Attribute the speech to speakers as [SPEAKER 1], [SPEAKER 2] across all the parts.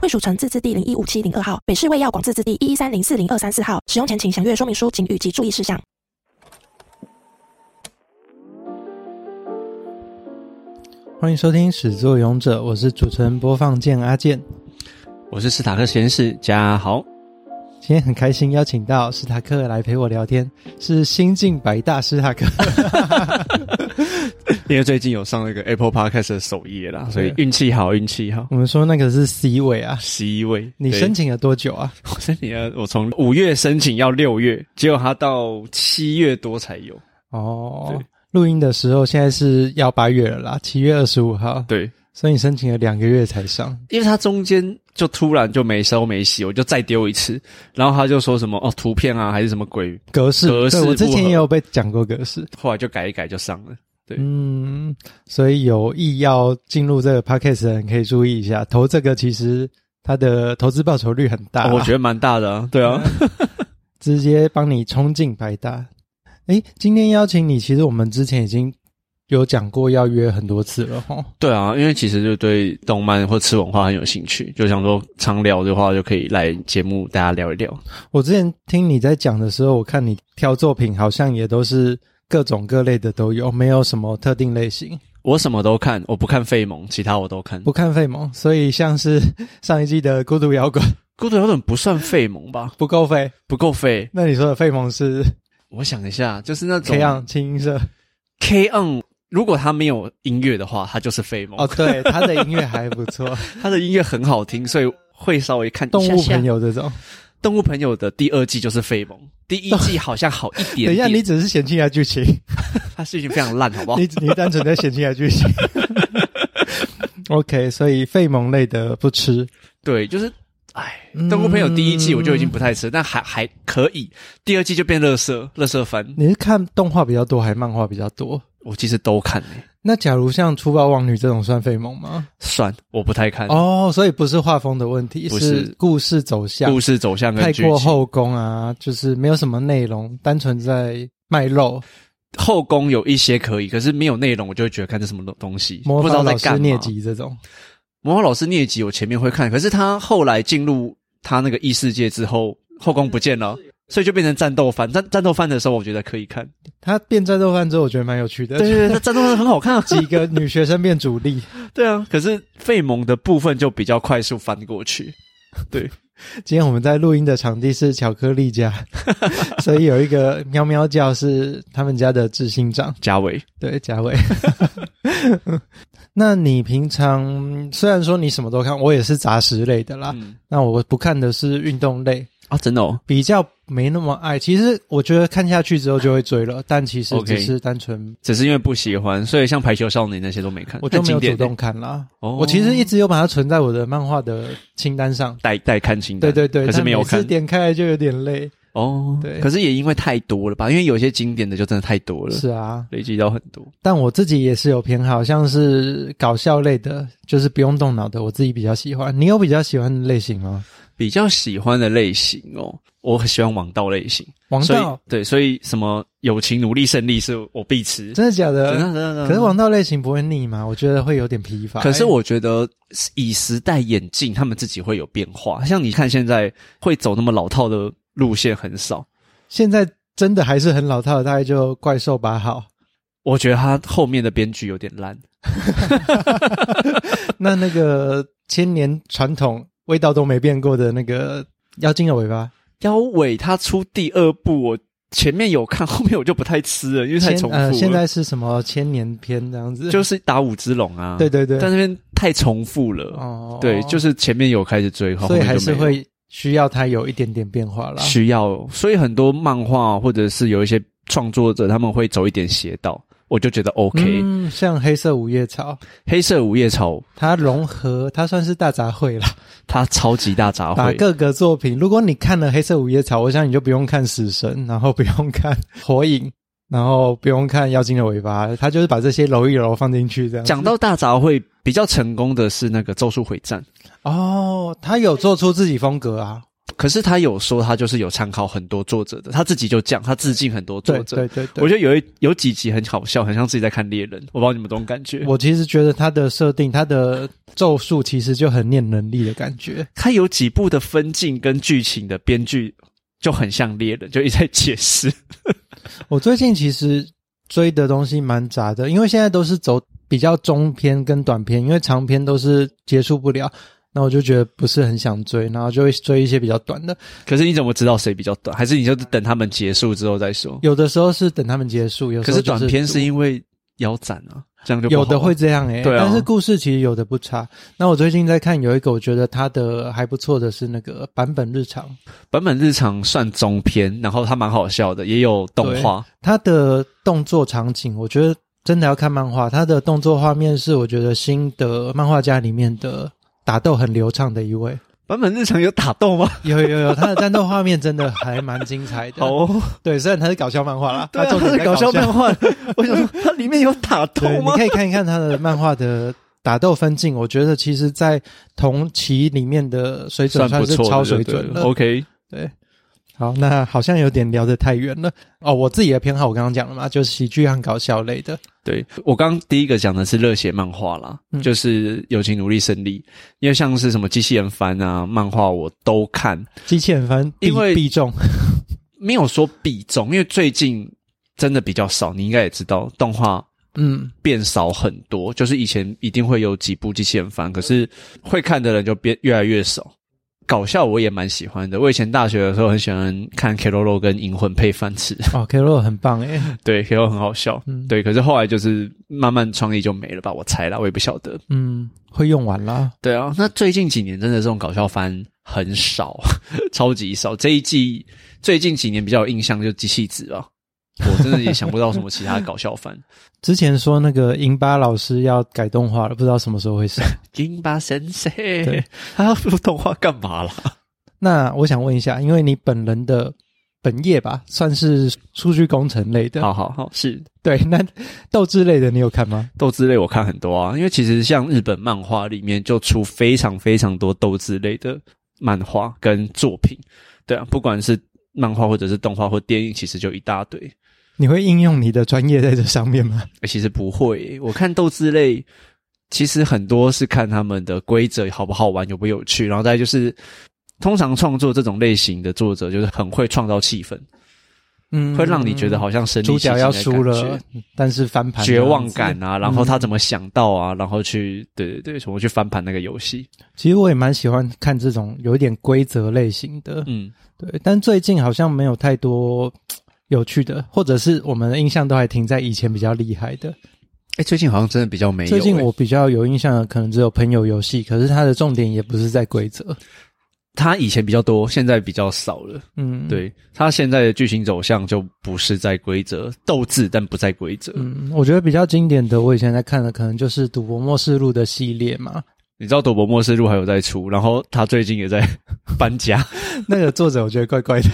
[SPEAKER 1] 惠蜀城自治地零一五七零二号，北市卫药广自治地一一三零四零二三四号。使用前请详阅说明书、警语及注意事项。
[SPEAKER 2] 欢迎收听《始作俑者》，我是主持人播放键阿健。
[SPEAKER 3] 我是史塔克实验室家豪。
[SPEAKER 2] 今天很开心邀请到史塔克来陪我聊天，是新晋百大史塔克。
[SPEAKER 3] 因为最近有上那个 Apple Podcast 的首页啦，所以运气好，运气好，
[SPEAKER 2] 我们说那个是 C 位啊，
[SPEAKER 3] 十一位。
[SPEAKER 2] 你
[SPEAKER 3] 对
[SPEAKER 2] 申？请了多久啊？
[SPEAKER 3] 我申请啊，我从五月申请要六月，结果他到七月多才有。
[SPEAKER 2] 哦
[SPEAKER 3] 对，
[SPEAKER 2] 录音的时候现在是要八月了啦，七月二十五号，
[SPEAKER 3] 对，
[SPEAKER 2] 所以你申请了两个月才上。
[SPEAKER 3] 因为他中间就突然就没收没洗，我就再丢一次，然后他就说什么哦图片啊还是什么鬼，
[SPEAKER 2] 格式，
[SPEAKER 3] 格式
[SPEAKER 2] 对我之
[SPEAKER 3] 不
[SPEAKER 2] 前
[SPEAKER 3] 合
[SPEAKER 2] 也有被讲过格式。
[SPEAKER 3] 后来就改一改就上了。对
[SPEAKER 2] 嗯，所以有意要进入这个 podcast 的人可以注意一下，投这个其实它的投资报酬率很大啊、
[SPEAKER 3] 哦我觉得蛮大的啊，对啊，
[SPEAKER 2] 直接帮你冲进百大。诶，今天邀请你，其实我们之前已经有讲过要约很多次了哦哈。
[SPEAKER 3] 对啊，因为其实就对动漫或吃文化很有兴趣，就想说常聊的话就可以来节目大家聊一聊。
[SPEAKER 2] 我之前听你在讲的时候，我看你挑作品好像也都是各种各类的都有，没有什么特定类型。
[SPEAKER 3] 我什么都看，我不看费蒙，其他我都看。
[SPEAKER 2] 不看费蒙，所以像是 上一季的孤独摇滚
[SPEAKER 3] 孤独摇滚不算费蒙吧？
[SPEAKER 2] 不够费。
[SPEAKER 3] 不够费。
[SPEAKER 2] 那你说的费蒙是
[SPEAKER 3] 我想一下，就是那种
[SPEAKER 2] K 样轻音社
[SPEAKER 3] K on，如果他没有音乐的话，他就是费蒙。
[SPEAKER 2] 哦，对，他的音乐还不 错，
[SPEAKER 3] 他的音乐很好听，所以会稍微看一下
[SPEAKER 2] 动
[SPEAKER 3] 下
[SPEAKER 2] 物朋，友这 种。
[SPEAKER 3] 动物朋友的第二季就是费蒙，第一季好像好一点点。
[SPEAKER 2] 等一下，你 只是嫌弃他剧情，
[SPEAKER 3] 他事情非常烂，好不好
[SPEAKER 2] 你？你单纯在嫌弃他剧 情。OK，所以费蒙类的不吃，
[SPEAKER 3] 对，就是。哎
[SPEAKER 2] 嗯，
[SPEAKER 3] 动物朋友第一季我就已经不太吃，但还还可以。第二季就变乐色，乐色番，
[SPEAKER 2] 你是看动画比较多还是漫画比较多？
[SPEAKER 3] 我其实都看、欸、
[SPEAKER 2] 那假如像《粗暴妄女》这种算费蒙吗？
[SPEAKER 3] 算我不太看。
[SPEAKER 2] 哦，所以不是画风的问题，
[SPEAKER 3] 嗯不是
[SPEAKER 2] 故事走向
[SPEAKER 3] 故事走向跟
[SPEAKER 2] 太
[SPEAKER 3] 剧情
[SPEAKER 2] 过后宫啊，就是没有什么内容，单纯在卖肉。
[SPEAKER 3] 后宫有一些可以，可是没有内容，我就会觉得看这什么东西，
[SPEAKER 2] 魔
[SPEAKER 3] 不知
[SPEAKER 2] 法
[SPEAKER 3] 道在
[SPEAKER 2] 老师
[SPEAKER 3] 干
[SPEAKER 2] 疟
[SPEAKER 3] 嘛。
[SPEAKER 2] 疾这种，
[SPEAKER 3] 魔法老师疟疾，我前面会看，可是他后来进入他那个异世界之后，后宫不见了，所以就变成战斗番。战战斗番的时候，我觉得可以看。
[SPEAKER 2] 他变战斗番之后，我觉得蛮有趣的。
[SPEAKER 3] 对对对，战斗番很好看啊。
[SPEAKER 2] 几个女学生变主力，
[SPEAKER 3] 对啊，可是费蒙的部分就比较快速翻过去。对，
[SPEAKER 2] 今天我们在录音的场地是巧克力 家，所以有一个喵喵叫是他们家的执行长，
[SPEAKER 3] 嘉伟，
[SPEAKER 2] 对，嘉伟。 那你平常虽然说你什么都看，我也是杂食类的啦。
[SPEAKER 3] 嗯
[SPEAKER 2] 那我不看的是运动类，
[SPEAKER 3] 啊，真的哦，
[SPEAKER 2] 比较没那么爱。其实我觉得看下去之后就会追了，但其实
[SPEAKER 3] 嗯 OK
[SPEAKER 2] 只是单纯
[SPEAKER 3] 只是因为不喜欢，所以像排球少年那些都没看。
[SPEAKER 2] 我就
[SPEAKER 3] 很
[SPEAKER 2] 没有
[SPEAKER 3] 经
[SPEAKER 2] 主
[SPEAKER 3] 典
[SPEAKER 2] 动看啦。
[SPEAKER 3] 哦
[SPEAKER 2] 我其实一直有把它存在我的漫画的清单上。
[SPEAKER 3] 带带看清
[SPEAKER 2] 对对
[SPEAKER 3] 单，
[SPEAKER 2] 对，
[SPEAKER 3] 可是
[SPEAKER 2] 但
[SPEAKER 3] 没有
[SPEAKER 2] 每次
[SPEAKER 3] 看
[SPEAKER 2] 点开来就有点累。
[SPEAKER 3] 哦。
[SPEAKER 2] 对
[SPEAKER 3] 可是也因为太多了吧，因为有些经典的就真的太多了，
[SPEAKER 2] 是啊，
[SPEAKER 3] 累积到很多。
[SPEAKER 2] 但我自己也是有偏好，像是搞笑类的，就是不用动脑的，我自己比较喜欢。你有比较喜欢的类型吗？
[SPEAKER 3] 比较喜欢的类型哦，我很喜欢王道类型。
[SPEAKER 2] 王
[SPEAKER 3] 所
[SPEAKER 2] 道
[SPEAKER 3] 以对，所以什么友情、努力、胜利是我必吃。
[SPEAKER 2] 真的假
[SPEAKER 3] 真的真
[SPEAKER 2] 的？
[SPEAKER 3] 的真的
[SPEAKER 2] 可是王道类型不会腻吗？我觉得会有点疲乏。哎
[SPEAKER 3] 可是我觉得以时代演进，他们自己会有变化。像你看现在会走那么老套的路线很少，
[SPEAKER 2] 现在真的还是很老套的，大概就怪兽八 号。
[SPEAKER 3] 我觉得他后面的编剧有点烂。
[SPEAKER 2] 那那个千年传统味道都没变过的那个妖精的尾巴，
[SPEAKER 3] 腰尾他出第二部，我前面有看，后面我就不太吃了，因为太
[SPEAKER 2] 千
[SPEAKER 3] 重复了。
[SPEAKER 2] 呃现在是什么千年篇这样子？
[SPEAKER 3] 就是打五之龙啊，
[SPEAKER 2] 对对对，
[SPEAKER 3] 但那边太重复了。
[SPEAKER 2] 哦
[SPEAKER 3] 对，就是前面有开始追，后
[SPEAKER 2] 所以
[SPEAKER 3] 面就
[SPEAKER 2] 还是
[SPEAKER 3] 没有
[SPEAKER 2] 会需要它有一点点变化啦。
[SPEAKER 3] 需要，所以很多漫画或者是有一些创作者他们会走一点邪道。我就觉得 OK。
[SPEAKER 2] 嗯，像黑色五叶草，
[SPEAKER 3] 黑色五叶草
[SPEAKER 2] 它融合，它算是大杂烩啦，
[SPEAKER 3] 它超级大杂
[SPEAKER 2] 把
[SPEAKER 3] 烩，
[SPEAKER 2] 各个作品。如果你看了黑色五叶草，我想你就不用看死神，然后不用看火影，然后不用看妖精的尾巴，它就是把这些揉一揉放进去这样。
[SPEAKER 3] 讲到大杂烩比较成功的是那个《咒术回战》，
[SPEAKER 2] 哦，他有做出自己风格啊，
[SPEAKER 3] 可是他有说他就是有参考很多作者的，他自己就讲他致敬很多作
[SPEAKER 2] 对
[SPEAKER 3] 者。
[SPEAKER 2] 对对对。
[SPEAKER 3] 我觉得有一有几集很好笑，很像自己在看猎人，我不知道你们有没有这种感觉。
[SPEAKER 2] 我其实觉得他的设定，他的咒术其实就很念能力的感觉。
[SPEAKER 3] 他有几部的分镜跟剧情的编剧就很像猎人，就一直在解释。
[SPEAKER 2] 我最近其实追的东西蛮杂的，因为现在都是走比较中篇跟短篇，因为长篇都是结束不了，那我就觉得不是很想追，然后就会追一些比较短的。
[SPEAKER 3] 可是你怎么知道谁比较短？还是你就等他们结束之后再说？
[SPEAKER 2] 有的时候是等他们结束，有时
[SPEAKER 3] 可
[SPEAKER 2] 候
[SPEAKER 3] 是
[SPEAKER 2] 就
[SPEAKER 3] 短片是因为腰斩啊，这样就不好
[SPEAKER 2] 有的会这样诶、
[SPEAKER 3] 对啊
[SPEAKER 2] 但是故事其实有的不差。那我最近在看有一个，我觉得他的还不错的是那个版本日常。
[SPEAKER 3] 版本日常算中篇，然后它蛮好笑的，也有动画。
[SPEAKER 2] 他的动作场景，我觉得真的要看漫画。他的动作画面是我觉得新的漫画家里面的打斗很流畅的一位。
[SPEAKER 3] 版本日常有打斗吗？
[SPEAKER 2] 有有有，他的战斗画面真的还蛮精彩的。
[SPEAKER 3] 好哦，
[SPEAKER 2] 对，啊虽然他是搞笑漫画啦，
[SPEAKER 3] 对啊，
[SPEAKER 2] 重
[SPEAKER 3] 它
[SPEAKER 2] 点
[SPEAKER 3] 是
[SPEAKER 2] 在
[SPEAKER 3] 搞笑
[SPEAKER 2] 笑
[SPEAKER 3] 漫。画。 我想说，它里面有打斗
[SPEAKER 2] 对，你
[SPEAKER 3] 吗？
[SPEAKER 2] 可以看一看他的漫画的打斗分镜，我觉得其实，在同期里面的水准
[SPEAKER 3] 不
[SPEAKER 2] 算是
[SPEAKER 3] 错的，
[SPEAKER 2] 超水准
[SPEAKER 3] 对
[SPEAKER 2] 了。
[SPEAKER 3] OK，
[SPEAKER 2] 对，好，那好像有点聊得太远了。哦，我自己的偏好我刚刚讲了嘛，就是喜剧和搞笑类的。
[SPEAKER 3] 对我刚刚第一个讲的是热血漫画啦，
[SPEAKER 2] 嗯
[SPEAKER 3] 就是友情努力胜利，因为像是什么机器人番啊、漫画我都看，
[SPEAKER 2] 机器人番必
[SPEAKER 3] 因为
[SPEAKER 2] 必中，
[SPEAKER 3] 没有说必中，因为最近真的比较少，你应该也知道，动画
[SPEAKER 2] 嗯，
[SPEAKER 3] 变少很多，就是以前一定会有几部机器人番，可是会看的人就变越来越少。搞笑我也蛮喜欢的，我以前大学的时候很喜欢看 K 罗罗跟银魂配饭吃，
[SPEAKER 2] 哦 k r o 很棒哎，
[SPEAKER 3] 对 K 罗很好笑，
[SPEAKER 2] 嗯
[SPEAKER 3] 对，可是后来就是慢慢创意就没了吧，我猜啦，我也不晓得。
[SPEAKER 2] 嗯，会用完啦。
[SPEAKER 3] 对啊，那最近几年真的这种搞笑番很少， 超级少。这一季最近几年比较有印象就是机器子啊，我真的也想不到什么其他搞笑番。
[SPEAKER 2] 之前说那个银巴老师要改动画了，不知道什么时候会上。
[SPEAKER 3] 金巴神
[SPEAKER 2] 对
[SPEAKER 3] 谁？他要录动画干嘛啦？
[SPEAKER 2] 那我想问一下，因为你本人的本业吧，算是数据工程类的，
[SPEAKER 3] 好好好，是
[SPEAKER 2] 对，那斗志类的你有看吗？
[SPEAKER 3] 斗智类我看很多啊，因为其实像日本漫画里面就出非常非常多斗智类的漫画跟作品，对啊，不管是漫画或者是动画或电影，其实就一大堆。
[SPEAKER 2] 你会应用你的专业在这上面吗？
[SPEAKER 3] 欸其实不会耶、我看斗智类，其实很多是看他们的规则好不好玩，有不有趣，然后再来就是，通常创作这种类型的作者，就是很会创造气氛，
[SPEAKER 2] 嗯
[SPEAKER 3] 会让你觉得好像身临
[SPEAKER 2] 主
[SPEAKER 3] 其境
[SPEAKER 2] 角
[SPEAKER 3] 的
[SPEAKER 2] 要
[SPEAKER 3] 感
[SPEAKER 2] 输
[SPEAKER 3] 觉
[SPEAKER 2] 了，但是翻盘
[SPEAKER 3] 绝望
[SPEAKER 2] 这样嗯子
[SPEAKER 3] 感啊，然后他怎么想到啊，然后去对对对，怎么去翻盘那个游戏，
[SPEAKER 2] 其实我也蛮喜欢看这种有一点规则类型的，
[SPEAKER 3] 嗯，
[SPEAKER 2] 对，但最近好像没有太多有趣的，或者是我们的印象都还停在以前比较厉害的。
[SPEAKER 3] 哎、最近好像真的比较没有、欸
[SPEAKER 2] 最近我比较有印象的，可能只有朋友游戏，可是它的重点也不是在规则。
[SPEAKER 3] 他以前比较多，现在比较少了。
[SPEAKER 2] 嗯，，
[SPEAKER 3] 对他现在的剧情走向就不是在规则斗智，但不在规则。
[SPEAKER 2] 嗯，我觉得比较经典的，我以前在看的，可能就是《赌博默示录》的系列 嘛。
[SPEAKER 3] 你知道《赌博默示录》还有在出，然后他最近也在 搬家，
[SPEAKER 2] 那个作者我觉得怪怪 的，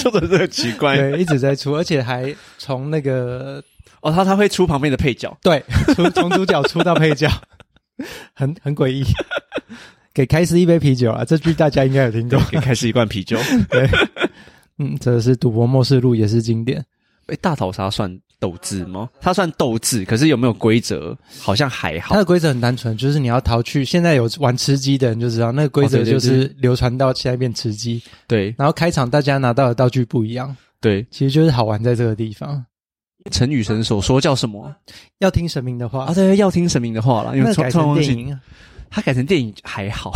[SPEAKER 3] 说的这个奇怪
[SPEAKER 2] 对，一直在出，而且还从那个
[SPEAKER 3] 哦。他他会出旁边的配角，
[SPEAKER 2] 对，出从主角出到配角， 很很诡异。给开司一杯啤酒啊，这句大家应该有听过。
[SPEAKER 3] 给开始一罐啤 酒。
[SPEAKER 2] 嗯，这是《赌博默示录》，也是经典。
[SPEAKER 3] 哎、大逃杀算斗智吗？他算斗智，可是有没有规则？好像还好
[SPEAKER 2] 它。的规则很单纯，就是你要逃去。现在有玩吃鸡的人就知道，那个规
[SPEAKER 3] 哦
[SPEAKER 2] 则
[SPEAKER 3] 对对
[SPEAKER 2] 就是流传到现在变吃鸡。
[SPEAKER 3] 对
[SPEAKER 2] 然后开场大家拿到的道具不一样，
[SPEAKER 3] 对，
[SPEAKER 2] 其实就是好玩在这个地方。
[SPEAKER 3] 陈雨神所说叫什么
[SPEAKER 2] 要听神明的话，
[SPEAKER 3] 啊？对，要听神明的话了，因为
[SPEAKER 2] 那
[SPEAKER 3] 突
[SPEAKER 2] 改
[SPEAKER 3] 突然
[SPEAKER 2] 成
[SPEAKER 3] 忘
[SPEAKER 2] 电
[SPEAKER 3] 记
[SPEAKER 2] 影。啊
[SPEAKER 3] 他改成电影还 好。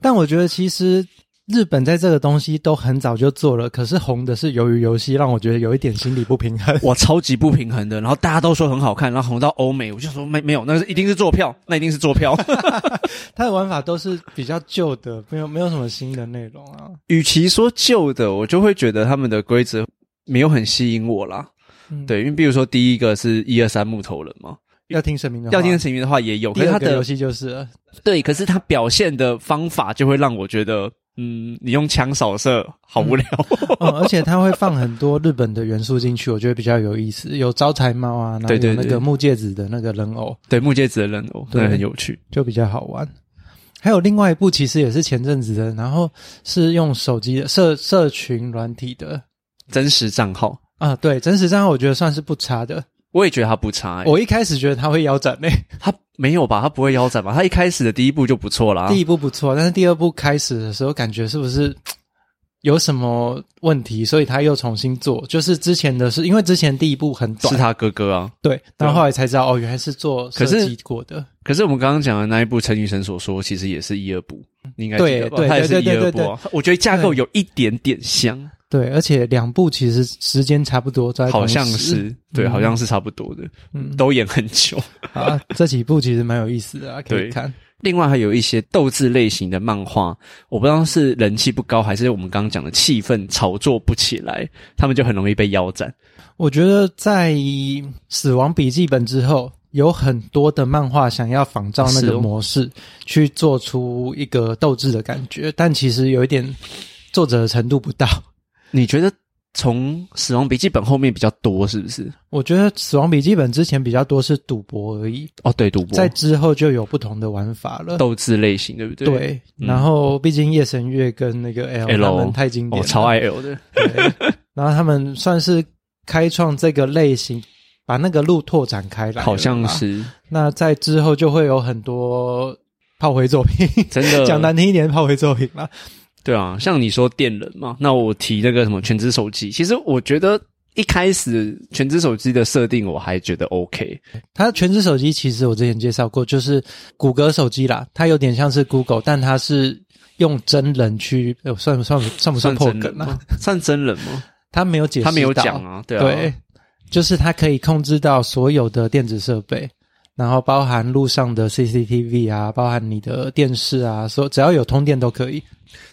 [SPEAKER 2] 但我觉得其实日本在这个东西都很早就做了，可是红的是鱿鱼游戏，让我觉得有一点心理不平衡。
[SPEAKER 3] 我超级不平衡的，然后大家都说很好看，然后红到欧美，我就说没没有，那是一定是坐票，那一定是坐票。
[SPEAKER 2] 它的玩法都是比较旧的，没有没有什么新的内容啊。
[SPEAKER 3] 与其说旧的，我就会觉得他们的规则没有很吸引我啦。
[SPEAKER 2] 嗯，
[SPEAKER 3] 对，因为比如说第一个是一二三木头人嘛，
[SPEAKER 2] 要听神明的话，
[SPEAKER 3] 要听成名的话也有，可
[SPEAKER 2] 第
[SPEAKER 3] 是
[SPEAKER 2] 二
[SPEAKER 3] 他
[SPEAKER 2] 个
[SPEAKER 3] 的
[SPEAKER 2] 游戏就是 了
[SPEAKER 3] 对，可是他表现的方法就会让我觉得，嗯，你用枪扫射好无聊。
[SPEAKER 2] 嗯，而且它会放很多日本的元素进去，我觉得比较有意思。有招财猫啊，然后
[SPEAKER 3] 对对
[SPEAKER 2] 有那
[SPEAKER 3] 对
[SPEAKER 2] 个木戒指的那个人偶，
[SPEAKER 3] 对，木戒指的人偶，
[SPEAKER 2] 对
[SPEAKER 3] 对，很有趣。
[SPEAKER 2] 就比较好玩。还有另外一部，其实也是前阵子的，然后是用手机的社社群软体的
[SPEAKER 3] 真实账号，
[SPEAKER 2] 啊，对，真实账号我觉得算是不差的。
[SPEAKER 3] 我也觉得他不差、欸。
[SPEAKER 2] 我一开始觉得它会腰斩欸嘞、
[SPEAKER 3] 他没有吧？他不会腰斩吧？他一开始的第一步就不错啦。
[SPEAKER 2] 第一部不错，但是第二部开始的时候，感觉是不是有什么问题？所以他又重新做，就是之前的是因为之前第一部很短，
[SPEAKER 3] 是他哥哥啊。
[SPEAKER 2] 对，然后后来才知道哦，原来是做设
[SPEAKER 3] 可是
[SPEAKER 2] 计过的，
[SPEAKER 3] 可是我们刚刚讲的那一部《陈雨生所说》，其实也是一二部，你应该记得吧
[SPEAKER 2] 对对
[SPEAKER 3] 它也是
[SPEAKER 2] 对
[SPEAKER 3] 一
[SPEAKER 2] 对
[SPEAKER 3] 二
[SPEAKER 2] 对
[SPEAKER 3] 部、啊。我觉得架构有一点点像，
[SPEAKER 2] 对，而且两部其实时间差不多，在
[SPEAKER 3] 好
[SPEAKER 2] 同时
[SPEAKER 3] 像是对，
[SPEAKER 2] 嗯
[SPEAKER 3] 好像是差不多的，
[SPEAKER 2] 嗯
[SPEAKER 3] 都演很久。
[SPEAKER 2] 啊，这几部其实蛮有意思的、啊，可
[SPEAKER 3] 对
[SPEAKER 2] 以看。
[SPEAKER 3] 另外还有一些斗志类型的漫画，我不知道是人气不高，还是我们刚刚讲的气氛炒作不起来，他们就很容易被腰斩。
[SPEAKER 2] 我觉得在《死亡笔记本》之后，有很多的漫画想要仿照那
[SPEAKER 3] 是
[SPEAKER 2] 个
[SPEAKER 3] 哦
[SPEAKER 2] 模式，去做出一个斗志的感觉，但其实有一点作者的程度不到。
[SPEAKER 3] 你觉得从《死亡笔记本》后面比较多是不是？
[SPEAKER 2] 我觉得《死亡笔记本》之前比较多是赌博而已，
[SPEAKER 3] 哦，对，赌博
[SPEAKER 2] 在之后就有不同的玩法了。
[SPEAKER 3] 斗志类型，哦对不对？
[SPEAKER 2] 对，
[SPEAKER 3] 嗯
[SPEAKER 2] 然后毕竟夜神月跟那个 L,
[SPEAKER 3] L
[SPEAKER 2] 他们太经典
[SPEAKER 3] 我、
[SPEAKER 2] 了，
[SPEAKER 3] 哦超爱 L 的。
[SPEAKER 2] 对然后他们算是开创这个类型，把那个路拓展开来，
[SPEAKER 3] 好像。是
[SPEAKER 2] 那在之后就会有很多炮灰作品，
[SPEAKER 3] 真 的。
[SPEAKER 2] 讲难听一点，炮灰作品啦。
[SPEAKER 3] 对啊，像你说电人嘛，那我提那个什么全职手机，其实我觉得一开始全职手机的设定我还觉得 OK，
[SPEAKER 2] 它全职手机其实我之前介绍过，就是谷歌手机啦，它有点像是 Google，但它是用真人去，呃算不算算不算
[SPEAKER 3] 算
[SPEAKER 2] 破
[SPEAKER 3] 真人
[SPEAKER 2] 梗啊
[SPEAKER 3] 吗？？算真人 吗？
[SPEAKER 2] 它没有解释，
[SPEAKER 3] 他没有讲，啊，对啊，
[SPEAKER 2] 对，就是它可以控制到所有的电子设备，然后包含路上的 CCTV 啊，包含你的电视啊，所只要有通电都可以。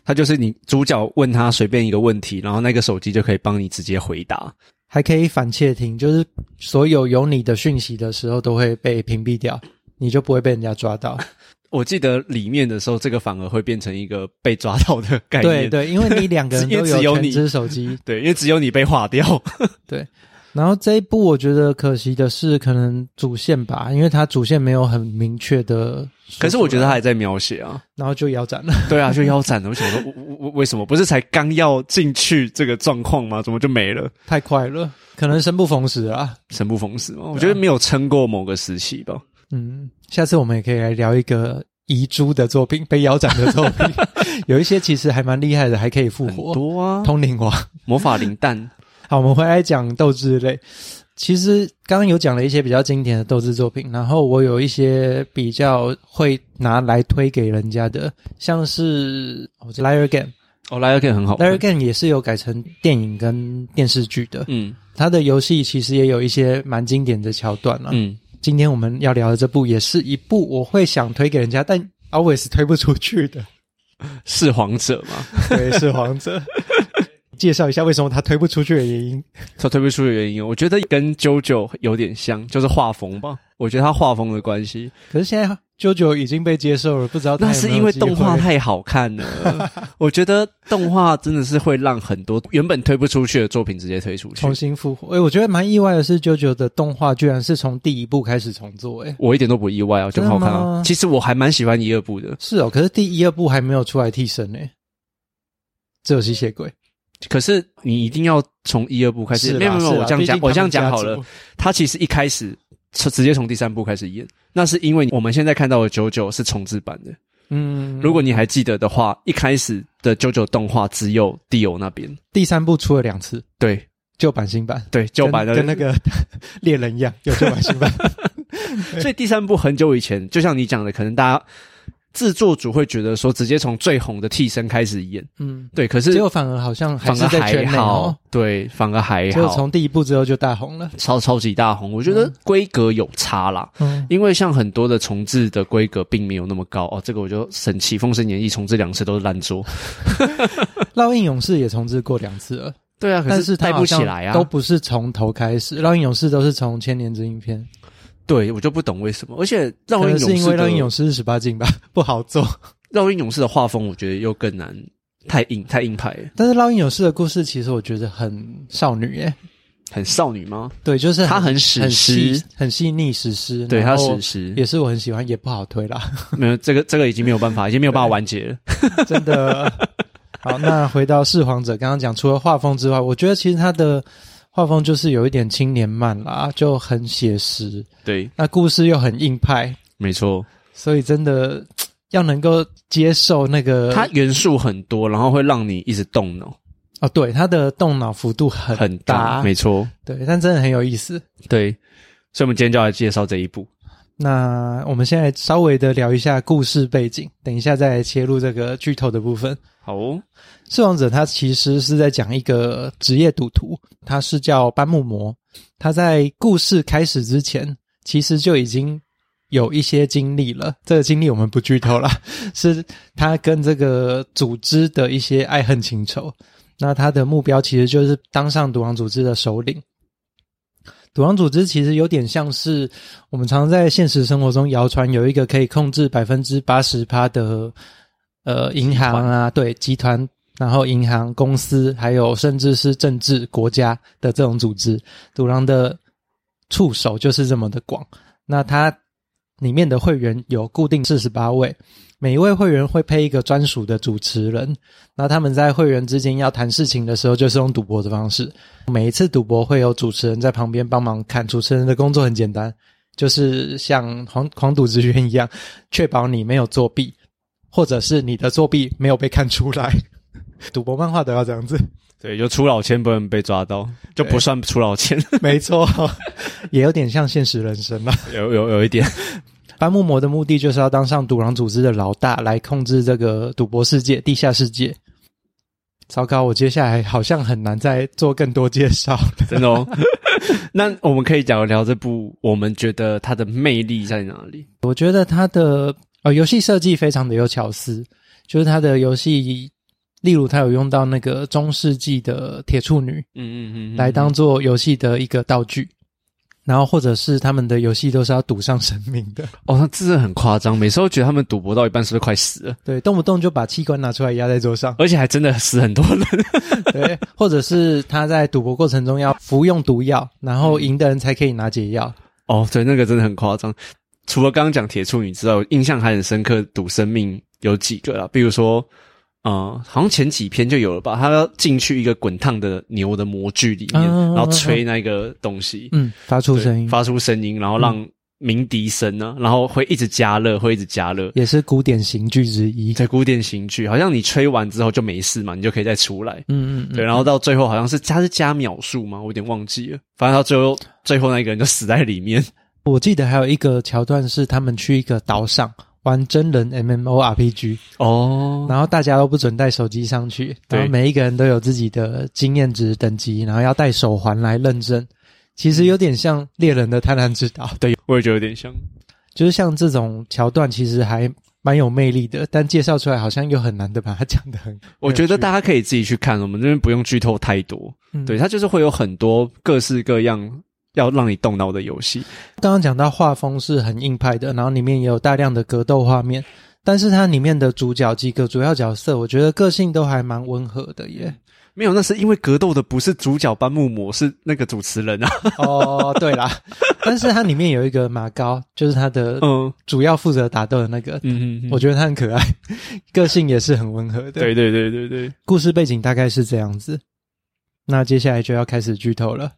[SPEAKER 3] 他就是你主角问他随便一个问题，然后那个手机就可以帮你直接回答。
[SPEAKER 2] 还可以反窃听，就是所有有你的讯息的时候都会被屏蔽掉，你就不会被人家抓到。
[SPEAKER 3] 我记得里面的时候，这个反而会变成一个被抓到的概
[SPEAKER 2] 对
[SPEAKER 3] 念，
[SPEAKER 2] 对，因 为你两个人
[SPEAKER 3] 因为
[SPEAKER 2] 都
[SPEAKER 3] 哎只有
[SPEAKER 2] 全
[SPEAKER 3] 你
[SPEAKER 2] 只手机。
[SPEAKER 3] 对因为只有你被划掉。
[SPEAKER 2] 然后这一部我觉得可惜的是，可能主线吧，因为它主线没有很明确的。
[SPEAKER 3] 可是我觉得他，还在描写啊，
[SPEAKER 2] 然后就腰斩了。
[SPEAKER 3] 对啊，就腰斩了。我想说，我我我为什么不是才刚要进去这个状况吗？怎么就没了？
[SPEAKER 2] 太快了，可能生不逢时啊。
[SPEAKER 3] 神不逢时吗？我觉得没有撑过某个时期吧。
[SPEAKER 2] 嗯，下次我们也可以来聊一个遗珠的作品，被腰斩的作品， 有一些其实还蛮厉害的，还可以复
[SPEAKER 3] 很
[SPEAKER 2] 活。
[SPEAKER 3] 多啊，
[SPEAKER 2] 通灵王。
[SPEAKER 3] 魔法灵 弹，
[SPEAKER 2] 好，我们回来讲斗志类。其实刚刚有讲了一些比较经典的斗志作品，然后我有一些比较会拿来推给人家的，像是《Liar Game
[SPEAKER 3] 哦，莱尔 K 很》，好
[SPEAKER 2] 《Liar
[SPEAKER 3] 看。
[SPEAKER 2] Game》也是有改成电影跟电视剧的。
[SPEAKER 3] 嗯
[SPEAKER 2] 它的游戏其实也有一些蛮经典的桥段了、啊
[SPEAKER 3] 嗯，
[SPEAKER 2] 今天我们要聊的这部也是一部我会想推给人家，但 always 推不出去的。
[SPEAKER 3] 是皇者嘛？
[SPEAKER 2] 对，是王者。 介绍一下为什么他推不出去的原因。
[SPEAKER 3] 他推不出的原因，我觉得跟 JoJo 有点像，就是画风吧。我觉得他画风的关系，
[SPEAKER 2] 可是现在啾啾已经被接受了，不知道他
[SPEAKER 3] 那
[SPEAKER 2] 有没有
[SPEAKER 3] 是因为
[SPEAKER 2] 机会
[SPEAKER 3] 动画太好看了。 我觉得动画真的是会让很多原本推不出去的作品直接推出 去
[SPEAKER 2] 重。新复活。哎、我觉得蛮意外的是，啾啾的动画居然是从第一部开始重做、哎，
[SPEAKER 3] 我一点都不意外啊，就很好看
[SPEAKER 2] 真的
[SPEAKER 3] 啊
[SPEAKER 2] 吗。
[SPEAKER 3] 其实我还蛮喜欢一二部的，
[SPEAKER 2] 是哦。可是第一、二部还没有出来替身呢、哎只有吸血鬼。
[SPEAKER 3] 可是你一定要从一二部开始。
[SPEAKER 2] 是啦
[SPEAKER 3] 没有没有，
[SPEAKER 2] 是啦
[SPEAKER 3] 我这样
[SPEAKER 2] 毕竟他
[SPEAKER 3] 讲，
[SPEAKER 2] 们
[SPEAKER 3] 我这样讲好
[SPEAKER 2] 家
[SPEAKER 3] 了
[SPEAKER 2] 族。
[SPEAKER 3] 他其实一开始是直接从第三部开始演，那是因为我们现在看到的九九是重制版的。
[SPEAKER 2] 嗯，
[SPEAKER 3] 如果你还记得的话，一开始的九九动画只有 Dio 那边，
[SPEAKER 2] 第三部出了两次，
[SPEAKER 3] 对
[SPEAKER 2] 旧版、新版，
[SPEAKER 3] 对，旧版的
[SPEAKER 2] 跟跟那个 猎人一样，有旧版、新 版。
[SPEAKER 3] 所以第三部很久以前，就像你讲的，可能大家制作组会觉得说，直接从最红的替身开始演，
[SPEAKER 2] 嗯，
[SPEAKER 3] 对，可是
[SPEAKER 2] 结果反而好像还
[SPEAKER 3] 反
[SPEAKER 2] 是
[SPEAKER 3] 而
[SPEAKER 2] 在
[SPEAKER 3] 还
[SPEAKER 2] 圈内
[SPEAKER 3] 好
[SPEAKER 2] 哦。，
[SPEAKER 3] 对，反而还
[SPEAKER 2] 就
[SPEAKER 3] 好，
[SPEAKER 2] 从嗯第一部之后就大红了。
[SPEAKER 3] 超超级大红，我觉得规格有差啦。
[SPEAKER 2] 嗯，
[SPEAKER 3] 因为像很多的重置的规格并没有那么高哦，这个我就神奇《封神演义》重置两次都是烂作，
[SPEAKER 2] 烙印勇士也重置过两次了。
[SPEAKER 3] 对啊，可
[SPEAKER 2] 但是它
[SPEAKER 3] 带
[SPEAKER 2] 好
[SPEAKER 3] 不
[SPEAKER 2] 像
[SPEAKER 3] 起来啊。
[SPEAKER 2] 都不是从头开始，《烙印勇士》都是从《千年之影片》，
[SPEAKER 3] 对我就不懂为什么，而且
[SPEAKER 2] 可
[SPEAKER 3] 烙印
[SPEAKER 2] 能是
[SPEAKER 3] 勇
[SPEAKER 2] 因
[SPEAKER 3] 士
[SPEAKER 2] 为《
[SPEAKER 3] 的
[SPEAKER 2] 烙印勇士》是十八禁吧， 不好做。
[SPEAKER 3] 烙印勇士的画风，我觉得又更难，太硬太硬派了，
[SPEAKER 2] 但是《烙印勇士》的故事其实我觉得很少女耶，
[SPEAKER 3] 很少女吗？
[SPEAKER 2] 对，就是
[SPEAKER 3] 它
[SPEAKER 2] 很
[SPEAKER 3] 很史
[SPEAKER 2] 很细
[SPEAKER 3] 诗，
[SPEAKER 2] 很细腻史诗，
[SPEAKER 3] 对，它
[SPEAKER 2] 然后
[SPEAKER 3] 史诗
[SPEAKER 2] 也是我很喜欢，也不好推啦，
[SPEAKER 3] 没有这个这个已经没有办法，已经没有办法完结了。
[SPEAKER 2] 真的。好，那回到《弑皇者》，刚刚讲除了画风之外，我觉得其实它的画风就是有一点青年漫啦，就很写实，
[SPEAKER 3] 对，
[SPEAKER 2] 那故事又很硬派，
[SPEAKER 3] 没错，
[SPEAKER 2] 所以真的要能够接受那个
[SPEAKER 3] 它元素很多，然后会让你一直动脑，
[SPEAKER 2] 哦，对，他的动脑幅度很
[SPEAKER 3] 很
[SPEAKER 2] 大，
[SPEAKER 3] 没错，
[SPEAKER 2] 对，但真的很有意思。
[SPEAKER 3] 对。所以，我们今天就来介绍这一部。
[SPEAKER 2] 那我们现在稍微的聊一下故事背景，等一下再来切入这个剧透的部分。
[SPEAKER 3] 好哦，
[SPEAKER 2] 释王者他其实是在讲一个职业赌徒，他是叫班木魔。他在故事开始之前，其实就已经有一些经历了。这个经历我们不剧透啦， 是他跟这个组织的一些爱恨情仇。那他的目标其实就是当上赌王组织的首领。赌王组织其实有点像是我们常在现实生活中谣传有一个可以控制百分之八十趴的呃银行啊，对集团，然后银行公司，还有甚至是政治国家的这种组织，赌狼的触手就是这么的广。那它里面的会员有固定四十八位，每一位会员会配一个专属的主持人。那他们在会员之间要谈事情的时候，就是用赌博的方式。每一次赌博会有主持人在旁边帮忙看，主持人的工作很简单，就是像黄黄赌职员一样，确保你没有作弊，或者是你的作弊没有被看出来。赌博漫画都要这样 子。
[SPEAKER 3] 对，就出老千不能被抓到，就不算出老千，
[SPEAKER 2] 没错，也有点像现实人生啦。
[SPEAKER 3] 有有有一点，
[SPEAKER 2] 班木魔的目的就是要当上赌狼组织的老大，来控制这个赌博世界、地下世界。糟糕，我接下来好像很难再做更多介绍了。
[SPEAKER 3] 真的哦。 那我们可以讲聊这部，我们觉得它的魅力在哪里？
[SPEAKER 2] 我觉得它的呃游戏设计非常的有巧思，就是它的游戏，例如它有用到那个中世纪的铁处女，
[SPEAKER 3] 嗯嗯嗯，
[SPEAKER 2] 来当做游戏的一个道具，然后或者是他们的游戏都是要赌上生命的，
[SPEAKER 3] 哦，他真的很夸张，每次都觉得他们赌博到一半是不是快死了，
[SPEAKER 2] 对，动不动就把器官拿出来压在桌上，
[SPEAKER 3] 而且还真的死很多人。
[SPEAKER 2] 对，或者是他在赌博过程中要服用毒药，然后赢的人才可以拿解药。
[SPEAKER 3] 哦，对，那个真的很夸张。除了刚刚讲铁处女之外，我印象还很深刻，赌生命有几个啦，比如说，呃，好像前几篇就有了吧，他要进去一个滚烫的牛的模具里面，
[SPEAKER 2] 嗯嗯嗯
[SPEAKER 3] 然后吹那个东西，
[SPEAKER 2] 嗯，发出
[SPEAKER 3] 对
[SPEAKER 2] 声音，嗯
[SPEAKER 3] 发出声音，然后让鸣笛声呢、然后会一直加热，会一直加热。
[SPEAKER 2] 也是古典刑具之一。
[SPEAKER 3] 在古典刑具，好像你吹完之后就没事嘛，你就可以再出来。
[SPEAKER 2] 嗯嗯，嗯
[SPEAKER 3] 对，然后到最后好像是它是加秒数吗？我有点忘记了。反正到最后，最后那一个人就死在里 面。
[SPEAKER 2] 我记得还有一个桥段是他们去一个岛上玩真人 MMORPG，
[SPEAKER 3] 哦，
[SPEAKER 2] 然后大家都不准带手机上去，
[SPEAKER 3] 对
[SPEAKER 2] 然后每一个人都有自己的经验值等级，然后要带手环来认证。其实有点像猎人的贪婪之岛，
[SPEAKER 3] 对，我也觉得有点像。
[SPEAKER 2] 就是像这种桥段，其实还蛮有魅力的，但介绍出来好像又很难的把它讲的很。
[SPEAKER 3] 我觉得大家可以自己去看，我们这边不用剧透太多。
[SPEAKER 2] 嗯
[SPEAKER 3] 对，它就是会有很多各式各样要让你动脑的游戏。
[SPEAKER 2] 刚刚讲到画风是很硬派的，然后里面也有大量的格斗画面，但是它里面的主角几个主要角色，我觉得个性都还蛮温和的耶。
[SPEAKER 3] 没有，那是因为格斗的不是主角班木魔，是那个主持人啊。
[SPEAKER 2] 哦，对啦， 但是它里面有一个马高，就是他的
[SPEAKER 3] 嗯
[SPEAKER 2] 主要负责打斗的那个，
[SPEAKER 3] 嗯嗯，
[SPEAKER 2] 我觉得他很可爱，个性也是很温和的。
[SPEAKER 3] 对，对对对对，
[SPEAKER 2] 故事背景大概是这样子。那接下来就要开始剧透了。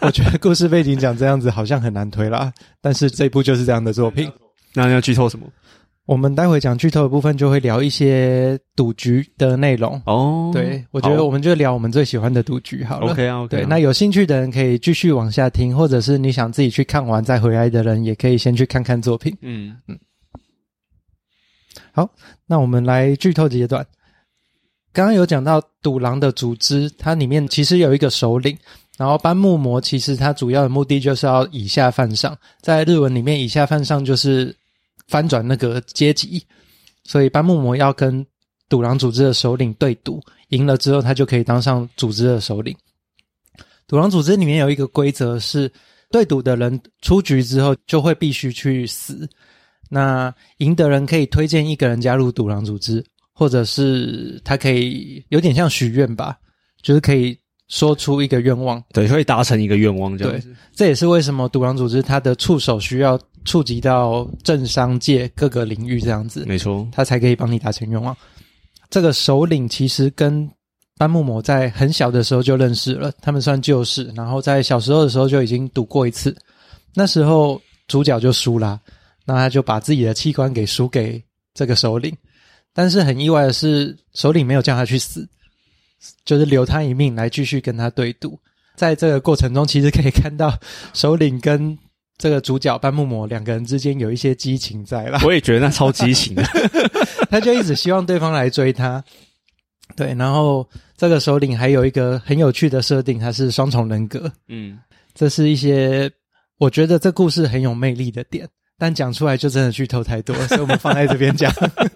[SPEAKER 2] 我觉得故事背景讲这样子好像很难推啦，但是这部就是这样的作品。
[SPEAKER 3] 那要剧透什么？
[SPEAKER 2] 我们待会讲剧透的部分就会聊一些赌局的内容。
[SPEAKER 3] 哦，
[SPEAKER 2] 对，我觉得
[SPEAKER 3] 好
[SPEAKER 2] 我们就聊我们最喜欢的赌局好了。
[SPEAKER 3] OK 啊 OK 啊。
[SPEAKER 2] 对，那有兴趣的人可以继续往下听，或者是你想自己去看完再回来的人，也可以先去看看作品。
[SPEAKER 3] 嗯，
[SPEAKER 2] 那我们来剧透阶段。刚刚有讲到赌狼的组织，它里面其实有一个首领，然后班木魔其实它主要的目的就是要以下犯上，在日文里面以下犯上就是翻转那个阶级，所以班木魔要跟赌狼组织的首领对赌，赢了之后他就可以当上组织的首领。赌狼组织里面有一个规则是，对赌的人出局之后就会必须去死。那赢的人可以推荐一个人加入赌狼组织，或者是他可以有点像许愿吧，就是可以说出一个愿望。
[SPEAKER 3] 对，会达成一个愿望这样子。
[SPEAKER 2] 这也是为什么独狼组织它的触手需要触及到政商界各个领域这样子，
[SPEAKER 3] 没错，
[SPEAKER 2] 它才可以帮你达成愿望。啊这个首领其实跟班木某在很小的时候就认识了，他们算旧识，然后在小时候的时候就已经赌过一次，那时候主角就输啦，那他就把自己的器官给输给这个首领，但是很意外的是，首领没有叫他去死，就是留他一命来继续跟他对赌。在这个过程中，其实可以看到首领跟这个主角班木魔两个人之间有一些激情在啦。
[SPEAKER 3] 我也觉得那超激情的。
[SPEAKER 2] 他就一直希望对方来追他。 对，然后这个首领还有一个很有趣的设定，他是双重人格，
[SPEAKER 3] 嗯，
[SPEAKER 2] 这是一些我觉得这故事很有魅力的点，但讲出来就真的剧透太多， 所以我们放在这边讲。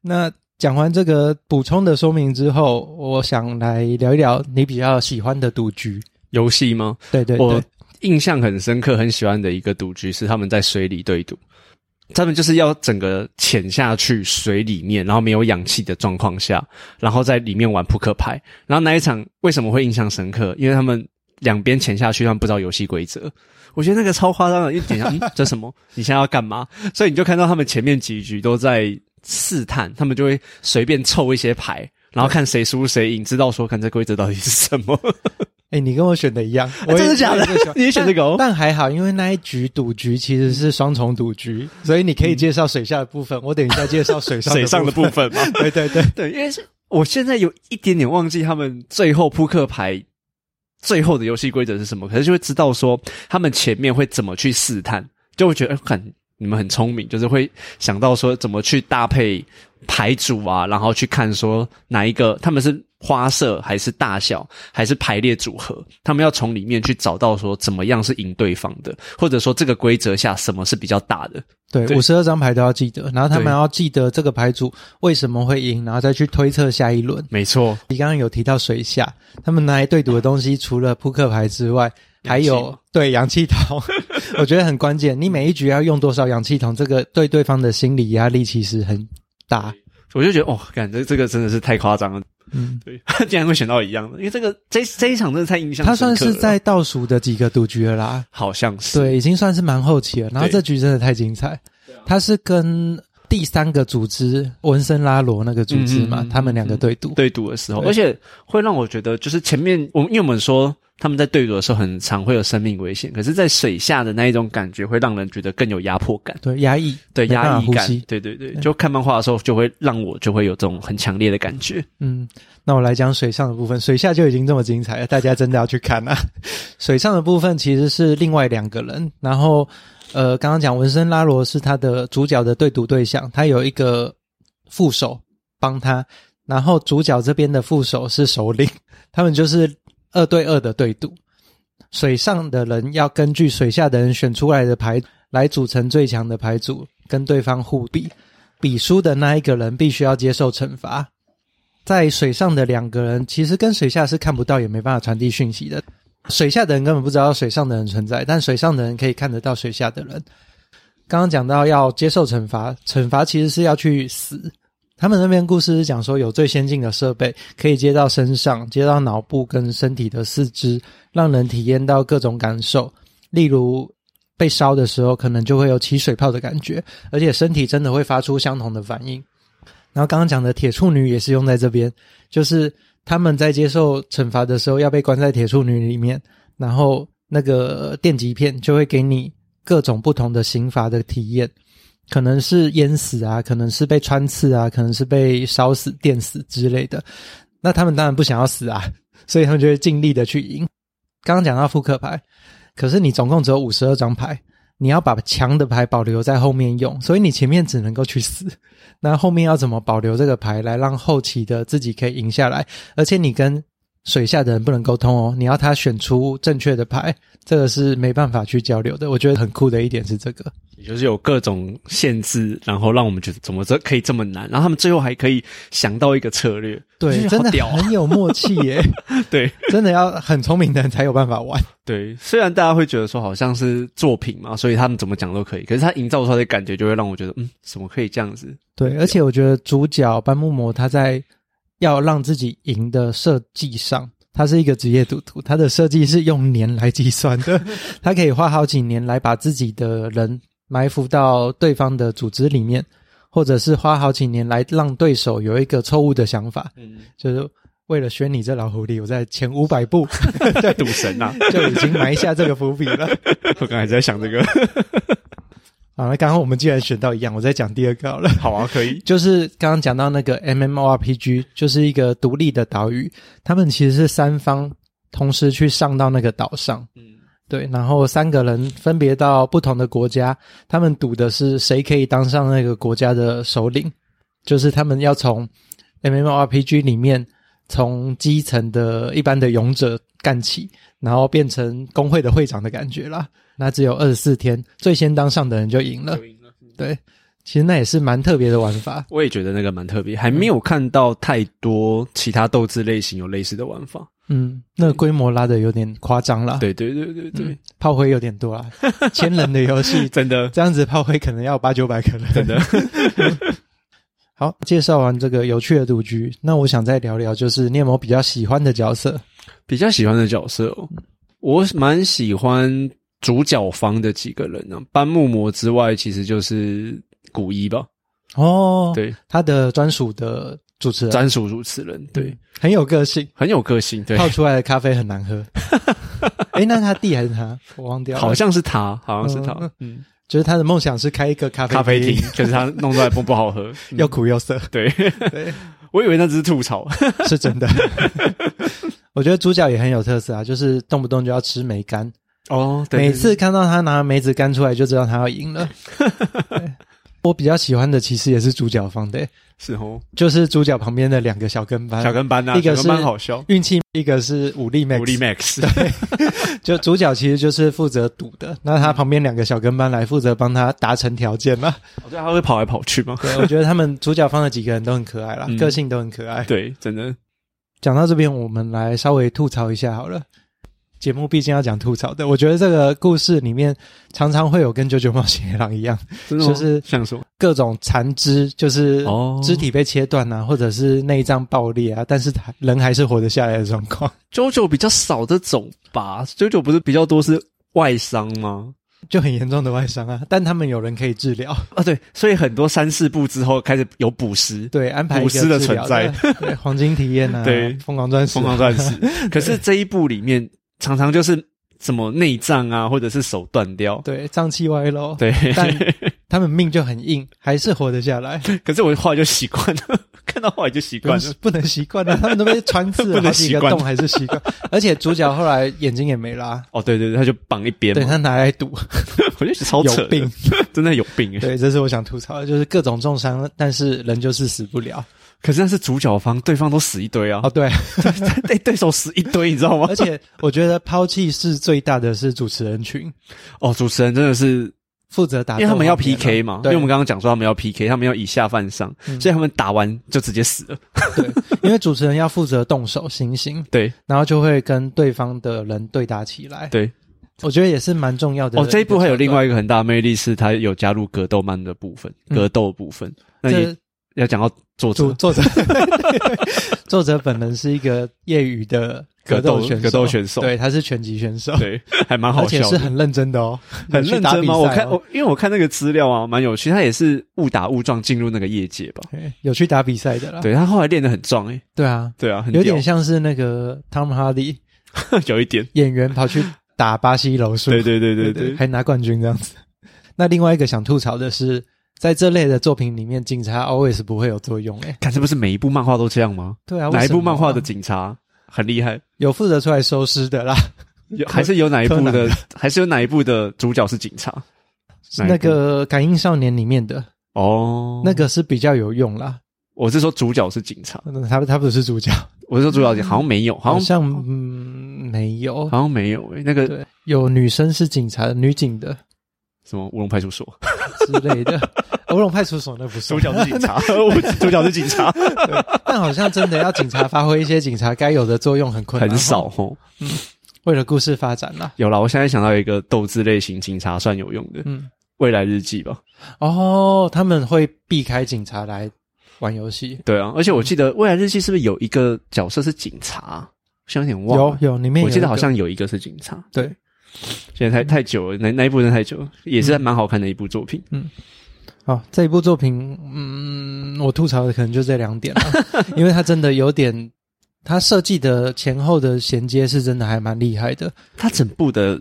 [SPEAKER 2] 那讲完这个补充的说明之后，我想来聊一聊你比较喜欢的赌局。
[SPEAKER 3] 游戏吗？
[SPEAKER 2] 对对
[SPEAKER 3] 我
[SPEAKER 2] 对，
[SPEAKER 3] 印象很深刻、很喜欢的一个赌局是他们在水里对赌，他们就是要整个潜下去水里面，然后没有氧气的状况下，然后在里面玩扑克牌。然后那一场为什么会印象深刻？因为他们两边潜下去，他们不知道游戏规则。我觉得那个超夸张的，因为等一下， 嗯，这什么？你现在要干嘛？所以你就看到他们前面几局都在试探，他们就会随便凑一些牌，然后看谁输谁赢，知道说看这规则到底是什么。
[SPEAKER 2] 哎、你跟我选的一样，我也
[SPEAKER 3] 哎真的假
[SPEAKER 2] 我
[SPEAKER 3] 的
[SPEAKER 2] 也喜欢
[SPEAKER 3] 你也选这 个哦
[SPEAKER 2] 但但还好，因为那一局赌局其实是双重赌局，所以你可以介绍水下的部分，我等一下介绍水上
[SPEAKER 3] 嗯 水上的部
[SPEAKER 2] 分。
[SPEAKER 3] 分嘛，
[SPEAKER 2] 对对对，
[SPEAKER 3] 对，因为是我现在有一点点忘记他们最后扑克牌最后的游戏规则是什么，可是就会知道说他们前面会怎么去试探，就会觉得哎很你们很聪明，就是会想到说怎么去搭配牌组啊，然后去看说哪一个他们是花色还是大小还是排列组合，他们要从里面去找到说怎么样是赢对方的，或者说这个规则下什么是比较大的，
[SPEAKER 2] 对，
[SPEAKER 3] 对
[SPEAKER 2] 五十二张牌都要记得，然后他们
[SPEAKER 3] 对
[SPEAKER 2] 要记得这个牌组为什么会赢，然后再去推测下一轮。
[SPEAKER 3] 没错，
[SPEAKER 2] 你刚刚有提到水下，他们拿来对赌的东西，除了扑克牌之外，还
[SPEAKER 3] 氧气
[SPEAKER 2] 有
[SPEAKER 3] 吗
[SPEAKER 2] 对氧气筒， 我觉得很关键。你每一局要用多少氧气筒，这个对对方的心理压力其实很大。
[SPEAKER 3] 我就觉得哦，感觉这个真的是太夸张了。
[SPEAKER 2] 嗯，
[SPEAKER 3] 对，他 竟然会选到一样的，因为这个这这一场真的太印象深刻
[SPEAKER 2] 他算
[SPEAKER 3] 了。
[SPEAKER 2] 是在倒数的几个赌局了啦，
[SPEAKER 3] 好像是
[SPEAKER 2] 对，已经算是蛮后期了。然后
[SPEAKER 3] 对啊
[SPEAKER 2] 这局真的太精彩，他是跟第三个组织文森拉罗那个组织嘛，
[SPEAKER 3] 嗯嗯嗯
[SPEAKER 2] 他们两个对赌。
[SPEAKER 3] 对赌的时候，
[SPEAKER 2] 对
[SPEAKER 3] 而且会让我觉得，就是前面我们因为我们说他们在对赌的时候很常会有生命危险，可是，在水下的那一种感觉会让人觉得更有压迫感，
[SPEAKER 2] 对，压抑，
[SPEAKER 3] 对
[SPEAKER 2] 没办法
[SPEAKER 3] 压抑
[SPEAKER 2] 呼
[SPEAKER 3] 感
[SPEAKER 2] 吸，
[SPEAKER 3] 对对对，
[SPEAKER 2] 对
[SPEAKER 3] 就看漫画的时候就会让我就会有这种很强烈的感觉。
[SPEAKER 2] 嗯，那我来讲水上的部分，水下就已经这么精彩了，大家真的要去看啊！ 水上的部分其实是另外两个人，然后呃，刚刚讲文森拉罗是他的主角的对赌对象，他有一个副手帮他，然后主角这边的副手是首领， 他们就是二对二的对赌。水上的人要根据水下的人选出来的牌来组成最强的牌组，跟对方互比，比输的那一个人必须要接受惩罚。在水上的两个人，其实跟水下是看不到，也没办法传递讯息的。水下的人根本不知道水上的人存在，但水上的人可以看得到水下的人。刚刚讲到要接受惩罚，惩罚其实是要去死。他们那边故事是讲说，有最先进的设备可以接到身上、接到脑部跟身体的四肢，让人体验到各种感受。例如被烧的时候，可能就会有起水泡的感觉，而且身体真的会发出相同的反应。然后刚刚讲的铁处女也是用在这边，就是他们在接受惩罚的时候要被关在铁处女里面，然后那个电极片就会给你各种不同的刑罚的体验，可能是淹死啊，可能是被穿刺啊，可能是被烧死、电死之类的。那他们当然不想要死啊， 所以他们就会尽力的去赢。刚刚讲到扑克牌，可是你总共只有五十二张牌，你要把强的牌保留在后面用，所以你前面只能够去死。那后面要怎么保留这个牌，来让后期的自己可以赢下来？而且你跟水下的人不能沟通哦，你要他选出正确的牌，这个是没办法去交流的。我觉得很酷的一点是这个，
[SPEAKER 3] 也就是有各种限制，然后让我们觉得怎么这可以这么难，然后他们最后还可以想到一个策略，
[SPEAKER 2] 对，真的
[SPEAKER 3] 屌 啊
[SPEAKER 2] 很有默契 耶，
[SPEAKER 3] 对
[SPEAKER 2] 真的要很聪明的人才有办法玩。
[SPEAKER 3] 对。虽然大家会觉得说好像是作品嘛，所以他们怎么讲都可以，可是他营造出来的感觉就会让我觉得，嗯，怎么可以这样子？
[SPEAKER 2] 对，而且我觉得主角班木魔他在要让自己赢的设计上，他是一个职业赌徒，他的设计是用年来计算的， 他可以花好几年来把自己的人埋伏到对方的组织里面，或者是花好几年来让对手有一个错误的想法，
[SPEAKER 3] 嗯，
[SPEAKER 2] 就是为了选你这老狐狸，我在前五百步
[SPEAKER 3] 赌神呐、
[SPEAKER 2] 就已经埋下这个伏笔了。
[SPEAKER 3] 我刚才在想这个，
[SPEAKER 2] 好，那刚刚我们既然选到一样，我再讲第二个好了。
[SPEAKER 3] 好啊，可以，
[SPEAKER 2] 就是刚刚讲到那个 MMORPG，就是一个独立的岛屿，他们其实是三方同时去上到那个岛上，
[SPEAKER 3] 嗯，
[SPEAKER 2] 对，然后三个人分别到不同的国家，他们赌的是谁可以当上那个国家的首领，就是他们要从 MMORPG 里面从基层的一般的勇者干起，然后变成工会的会长的感觉啦。那只有二十四天，最先当上的人就赢了。对，其实那也是蛮特别的玩法。
[SPEAKER 3] 我也觉得那个蛮特别，还没有看到太多其他斗智类型有类似的玩法。
[SPEAKER 2] 嗯，那个规模拉的有点夸张啦，，
[SPEAKER 3] 对对对对对，
[SPEAKER 2] 炮灰有点多 啦，千人的游戏
[SPEAKER 3] 真的
[SPEAKER 2] 这样子炮灰可能要八九百个人。
[SPEAKER 3] 真的，
[SPEAKER 2] 好，介绍完这个有趣的赌局，那我想再聊聊，就是你有没有比较喜欢的角色？
[SPEAKER 3] 比较喜欢的角色哦，我蛮喜欢主角方的几个人呢、班木魔之外，其实就是古一吧，
[SPEAKER 2] 哦，，
[SPEAKER 3] 对，
[SPEAKER 2] 他的专属的主持人，
[SPEAKER 3] 专属主持人，对
[SPEAKER 2] 嗯，，很有个性，
[SPEAKER 3] 很有个性，对，
[SPEAKER 2] 泡出来的咖啡很难 喝。哎、那他弟还是他？我忘掉了，
[SPEAKER 3] 好像是他，好像是他
[SPEAKER 2] 嗯，
[SPEAKER 3] 嗯，
[SPEAKER 2] 就是他的梦想是开一个咖啡
[SPEAKER 3] 咖啡厅，可是他弄出来不不 好喝，嗯
[SPEAKER 2] 又苦又涩，
[SPEAKER 3] 对，
[SPEAKER 2] 对，
[SPEAKER 3] 我以为那只是 吐槽，
[SPEAKER 2] 是真 的。我觉得主角也很有特色啊，就是动不动就要吃梅干，
[SPEAKER 3] 哦， 对，
[SPEAKER 2] 每次看到他拿梅子干出来，就知道他要赢 了。对我比较喜欢的其实也是主角方的、
[SPEAKER 3] 是哦，
[SPEAKER 2] 就是主角旁边的两个小跟班，
[SPEAKER 3] 小跟班呐，
[SPEAKER 2] 呃一个
[SPEAKER 3] 小
[SPEAKER 2] 是
[SPEAKER 3] 跟班好笑，
[SPEAKER 2] 运气，一个是武力 max，
[SPEAKER 3] 狐狸 Max，
[SPEAKER 2] 就主角其实就是负责赌的，那他旁边两个小跟班来负责帮他达成条件 嘛。
[SPEAKER 3] 我觉得他会跑来跑去吗？
[SPEAKER 2] 对，我觉得他们主角方的几个人都很可爱啦，
[SPEAKER 3] 嗯
[SPEAKER 2] 个性都很可爱。
[SPEAKER 3] 对，真的，
[SPEAKER 2] 讲到这边，我们来稍微吐槽一下好了。节目毕竟要讲吐槽的，我觉得这个故事里面常常会有跟《九九冒险野狼》一样，
[SPEAKER 3] 真的吗
[SPEAKER 2] 就是
[SPEAKER 3] 像什么？
[SPEAKER 2] 各种残肢，就是
[SPEAKER 3] 哦
[SPEAKER 2] 肢体被切断啊，或者是内脏爆裂啊，但是他人还是活得下来的状况，
[SPEAKER 3] JoJo 比较少这种吧，JoJo 不是比较多是外伤吗？
[SPEAKER 2] 就很严重的外伤啊。但他们有人可以治疗，
[SPEAKER 3] 啊，对，所以很多三四部之后开始有捕食，
[SPEAKER 2] 对，安排一
[SPEAKER 3] 武
[SPEAKER 2] 个
[SPEAKER 3] 士的
[SPEAKER 2] 治疗
[SPEAKER 3] 存，
[SPEAKER 2] 对，黄金体验啊，
[SPEAKER 3] 对
[SPEAKER 2] 疯狂钻石，
[SPEAKER 3] 疯狂战士。可是这一部里面常常就是什么内脏啊，或者是手断 掉，
[SPEAKER 2] 对，脏器歪喽，，
[SPEAKER 3] 对。
[SPEAKER 2] 但他们命就很硬，还是活得下来，
[SPEAKER 3] 可是我后来就习惯了， 看到后来就习
[SPEAKER 2] 不
[SPEAKER 3] 惯
[SPEAKER 2] 能
[SPEAKER 3] 了。
[SPEAKER 2] 啊不能习惯啊，他们都被穿刺
[SPEAKER 3] 不
[SPEAKER 2] 了
[SPEAKER 3] 能
[SPEAKER 2] 好几
[SPEAKER 3] 习
[SPEAKER 2] 个
[SPEAKER 3] 惯
[SPEAKER 2] 洞，还是习惯。而且主角后来眼睛也没啦，
[SPEAKER 3] 哦，对对对，他就绑一边
[SPEAKER 2] 对
[SPEAKER 3] 嘛，
[SPEAKER 2] 他拿来 赌，
[SPEAKER 3] 我就觉得超扯
[SPEAKER 2] 有
[SPEAKER 3] 的，
[SPEAKER 2] 病，
[SPEAKER 3] 真的有病哎。
[SPEAKER 2] 对，这是我想吐槽的，就是各种重伤，但是人就是死不了。
[SPEAKER 3] 可是那是主角方，对方都死一堆啊
[SPEAKER 2] 哦，， 对，
[SPEAKER 3] 对对手死一堆，你知道吗
[SPEAKER 2] 而？且我觉得抛弃是最大的是主持人群，
[SPEAKER 3] 哦，主持人真的是
[SPEAKER 2] 负责打
[SPEAKER 3] 因
[SPEAKER 2] 斗
[SPEAKER 3] 为
[SPEAKER 2] 方面啊，
[SPEAKER 3] 他们要 PK 嘛，因
[SPEAKER 2] 对，
[SPEAKER 3] 为我们刚刚讲说他们要 PK，他们要以下犯上，
[SPEAKER 2] 嗯
[SPEAKER 3] 所以他们打完就直接死了。
[SPEAKER 2] 对，因为主持人要负责动手行刑，
[SPEAKER 3] 对，
[SPEAKER 2] 然后就会跟对方的人对打起来。
[SPEAKER 3] 对，
[SPEAKER 2] 我觉得也是蛮重要的个
[SPEAKER 3] 哦，
[SPEAKER 2] 桥段。
[SPEAKER 3] 这一部还有另外一个很大的魅力是，它有加入格斗漫的部分，
[SPEAKER 2] 嗯
[SPEAKER 3] 格斗部分。那
[SPEAKER 2] 这
[SPEAKER 3] 你要讲到作
[SPEAKER 2] 主作
[SPEAKER 3] 者
[SPEAKER 2] 者作者本人是一个业余的格斗选手，
[SPEAKER 3] 格斗选手
[SPEAKER 2] 对，他是拳击选手，，
[SPEAKER 3] 对，还蛮
[SPEAKER 2] 而
[SPEAKER 3] 好
[SPEAKER 2] 且
[SPEAKER 3] 笑
[SPEAKER 2] 是
[SPEAKER 3] 的，
[SPEAKER 2] 很认真的哦，
[SPEAKER 3] 很
[SPEAKER 2] 有去
[SPEAKER 3] 认
[SPEAKER 2] 打
[SPEAKER 3] 真
[SPEAKER 2] 比
[SPEAKER 3] 吗？
[SPEAKER 2] 赛
[SPEAKER 3] 我看
[SPEAKER 2] 哦
[SPEAKER 3] 我因为我看那个资料啊，蛮有趣，他也是误打误撞进入那个业界吧。
[SPEAKER 2] 对有去打比赛的啦，
[SPEAKER 3] 对他后来练得很壮诶、欸
[SPEAKER 2] 对啊，
[SPEAKER 3] 对啊，很
[SPEAKER 2] 有
[SPEAKER 3] 屌
[SPEAKER 2] 点像是那个 Tom Hardy
[SPEAKER 3] 有一点，
[SPEAKER 2] 演员跑去打巴西柔 术，
[SPEAKER 3] 对对对对对，
[SPEAKER 2] 还拿冠军这样子。那另外一个想吐槽的是，在这类的作品里面，警察 always 不会有作用、欸，
[SPEAKER 3] 看是不是每一部漫画都这样吗？
[SPEAKER 2] 对啊，
[SPEAKER 3] 哪
[SPEAKER 2] 为
[SPEAKER 3] 一
[SPEAKER 2] 什
[SPEAKER 3] 部
[SPEAKER 2] 么
[SPEAKER 3] 漫画的
[SPEAKER 2] 啊
[SPEAKER 3] 警察很厉害？
[SPEAKER 2] 有负责出来收尸的啦？
[SPEAKER 3] 有还是有哪一部
[SPEAKER 2] 柯
[SPEAKER 3] 的？还是有哪一部的主角是警察？哪一
[SPEAKER 2] 那
[SPEAKER 3] 部
[SPEAKER 2] 个《感应少年》里面的
[SPEAKER 3] 哦，
[SPEAKER 2] 那个是比较有用啦。
[SPEAKER 3] 我是说主角是警察，
[SPEAKER 2] 那他他不是主角，
[SPEAKER 3] 我是说主角好像没有，好
[SPEAKER 2] 嗯好
[SPEAKER 3] 像
[SPEAKER 2] 像嗯没有，
[SPEAKER 3] 好像没有诶、那个
[SPEAKER 2] 对，有女生是警察的，女警的
[SPEAKER 3] 什么乌龙派出所，
[SPEAKER 2] 之类 的。欧龙派出所那不是
[SPEAKER 3] 主角是警察， 我主角是警察，
[SPEAKER 2] 但好像真的要警察发挥一些警察该有的作用很困难，哦
[SPEAKER 3] 很少。哦吼。
[SPEAKER 2] 为了故事发展啦，
[SPEAKER 3] 有啦，我现在想到一个斗智类型警察算有用的，
[SPEAKER 2] 嗯，
[SPEAKER 3] 未来日记吧。
[SPEAKER 2] 哦，他们会避开警察来玩游戏，
[SPEAKER 3] 对啊，而且我记得未来日记是不是有一个角色是警察？我现在有点忘
[SPEAKER 2] 有
[SPEAKER 3] 了。
[SPEAKER 2] 有里面有
[SPEAKER 3] 我记
[SPEAKER 2] 一
[SPEAKER 3] 得
[SPEAKER 2] 个
[SPEAKER 3] 好像有一个是警察，
[SPEAKER 2] 对，
[SPEAKER 3] 现在太太久了，那那一部真的太久了，也是蛮好看的一部作品。
[SPEAKER 2] 嗯哦，这一部作品，嗯，我吐槽的可能就这两点 了，因为它真的有点，它设计的前后的衔接是真的还蛮厉害的，
[SPEAKER 3] 它整部的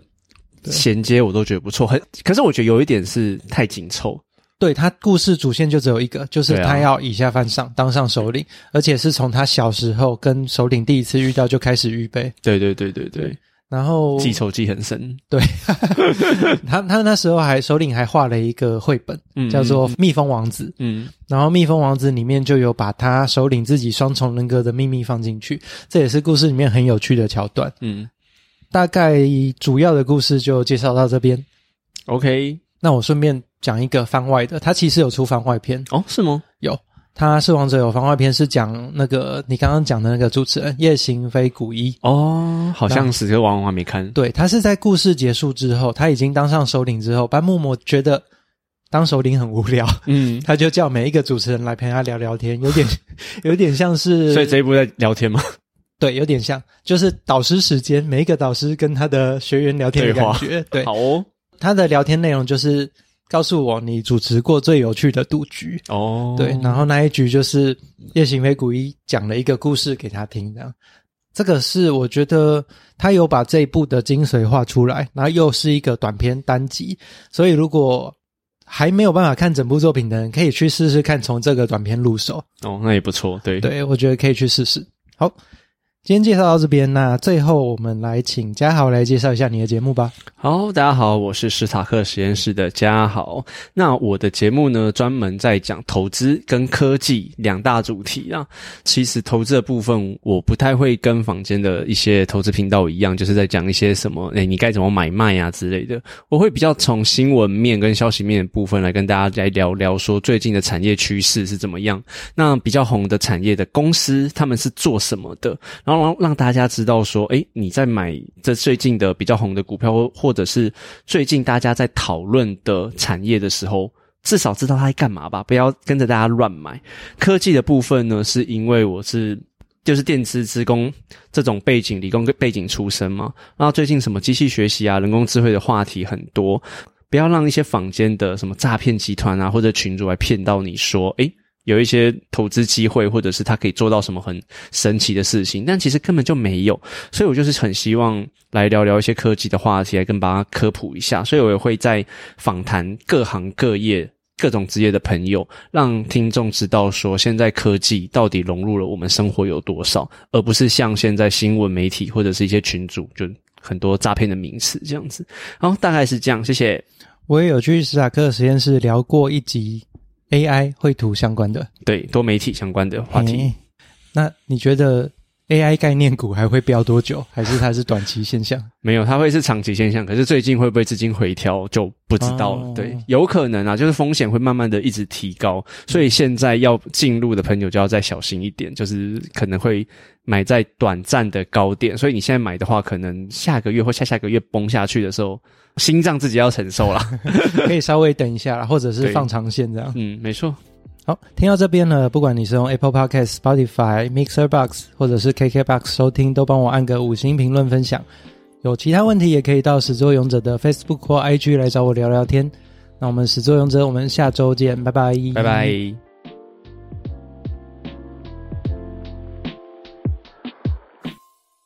[SPEAKER 2] 对
[SPEAKER 3] 衔接我都觉得不错，很可是我觉得有一点是太紧凑，
[SPEAKER 2] 对他故事主线就只有一个，就是
[SPEAKER 3] 对啊啊
[SPEAKER 2] 他要以下犯上，当上首领，而且是从他小时候跟首领第一次遇到就开始预备，
[SPEAKER 3] 对对对对对，
[SPEAKER 2] 然后
[SPEAKER 3] 记仇记很深，
[SPEAKER 2] 他他那时候还首领还画了一个绘本，
[SPEAKER 3] 嗯
[SPEAKER 2] 叫做《蜜蜂王子》，
[SPEAKER 3] 嗯，
[SPEAKER 2] 然后《蜜蜂王子》里面就有把他首领自己双重人格的秘密放进去，这也是故事里面很有趣的桥段。
[SPEAKER 3] 嗯
[SPEAKER 2] 大概主要的故事就介绍到这边，
[SPEAKER 3] ，OK，
[SPEAKER 2] 那我顺便讲一个番外的，他其实有出番外篇，
[SPEAKER 3] 哦，是吗？
[SPEAKER 2] 有，他是王者有番外篇是讲那个你刚刚讲的那个主持人夜行飞古一，
[SPEAKER 3] 哦，好像是，可是王我还没看。
[SPEAKER 2] 对，他是在故事结束之后，他已经当上首领之后，班木木觉得当首领很无聊，
[SPEAKER 3] 嗯，
[SPEAKER 2] 他就叫每一个主持人来陪他聊聊天， 有点有点像是，
[SPEAKER 3] 所以这一部在聊天吗？
[SPEAKER 2] 对，有点像就是导师时间，每一个导师跟他的学员聊天的
[SPEAKER 3] 对话
[SPEAKER 2] 感觉， 对，
[SPEAKER 3] 好哦，
[SPEAKER 2] 他的聊天内容就是告诉我你主持过最有趣的赌局，
[SPEAKER 3] 哦，
[SPEAKER 2] 对，然后那一局就是夜行飞古一讲了一个故事给他听，这样。这个是我觉得他有把这一部的精髓画出来，然后又是一个短篇单集，所以如果还没有办法看整部作品的人，可以去试试看从这个短篇入手。
[SPEAKER 3] 哦，那也不错，对，
[SPEAKER 2] 对，我觉得可以去试试。好，今天介绍到这边，那最后我们来请嘉豪来介绍一下你的节目吧。
[SPEAKER 3] 好，大家好，我是史塔克实验室的嘉豪。那我的节目呢，专门在讲投资跟科技两大主题啊。其实投资的部分，我不太会跟坊间的一些投资频道一样，就是在讲一些什么，哎、你该怎么买卖啊之类的。我会比较从新闻面跟消息面的部分来跟大家来聊聊，说最近的产业趋势是怎么样。那比较红的产业的公司，他们是做什么的？然后让让大家知道说，诶，你在买这最近的比较红的股票，或或者是最近大家在讨论的产业的时候，至少知道它在干嘛吧，不要跟着大家乱买。科技的部分呢，是因为我是。就是电子职工这种背景，理工背景出身嘛。然后最近什么机器学习啊、人工智慧的话题很多，不要让一些坊间的什么诈骗集团啊或者群主来骗到你说，诶，有一些投资机会，或者是他可以做到什么很神奇的事情，但其实根本就没有。所以我就是很希望来聊聊一些科技的话题，来跟大家科普一下。所以我也会在访谈各行各业。各种职业的朋友，让听众知道说，现在科技到底融入了我们生活有多少，而不是像现在新闻媒体或者是一些群组，就很多诈骗的名词这样子。好，大概是这样，谢谢。
[SPEAKER 2] 我也有去史塔克实验室聊过一集 AI 绘图相关的，
[SPEAKER 3] 对，多媒体相关的话题。
[SPEAKER 2] 嘿那你觉得 AI 概念股还会飙多久？还是它是短期现 象？
[SPEAKER 3] 没有，它会是长期现象，可是最近会不会资金回调就不知道了。
[SPEAKER 2] 哦
[SPEAKER 3] 对，有可能啊，就是风险会慢慢的一直提高，所以现在要进入的朋友就要再小心一点，就是可能会买在短暂的高点，所以你现在买的话，可能下个月或下下个月崩下去的时候，心脏自己要承受啦。
[SPEAKER 2] 可以稍微等一下啦，或者是
[SPEAKER 3] 对
[SPEAKER 2] 放长线这样。
[SPEAKER 3] 嗯，没错，
[SPEAKER 2] 好，听到这边呢，不管你是用 Apple Podcast、Spotify、Mixer Box 或者是 KKBox 收听，都帮我按个五星评论分享。有其他问题也可以到始作俑者的 Facebook 或 IG 来找我聊聊天。那我们始作俑者，我们下周见，拜拜，
[SPEAKER 3] 拜拜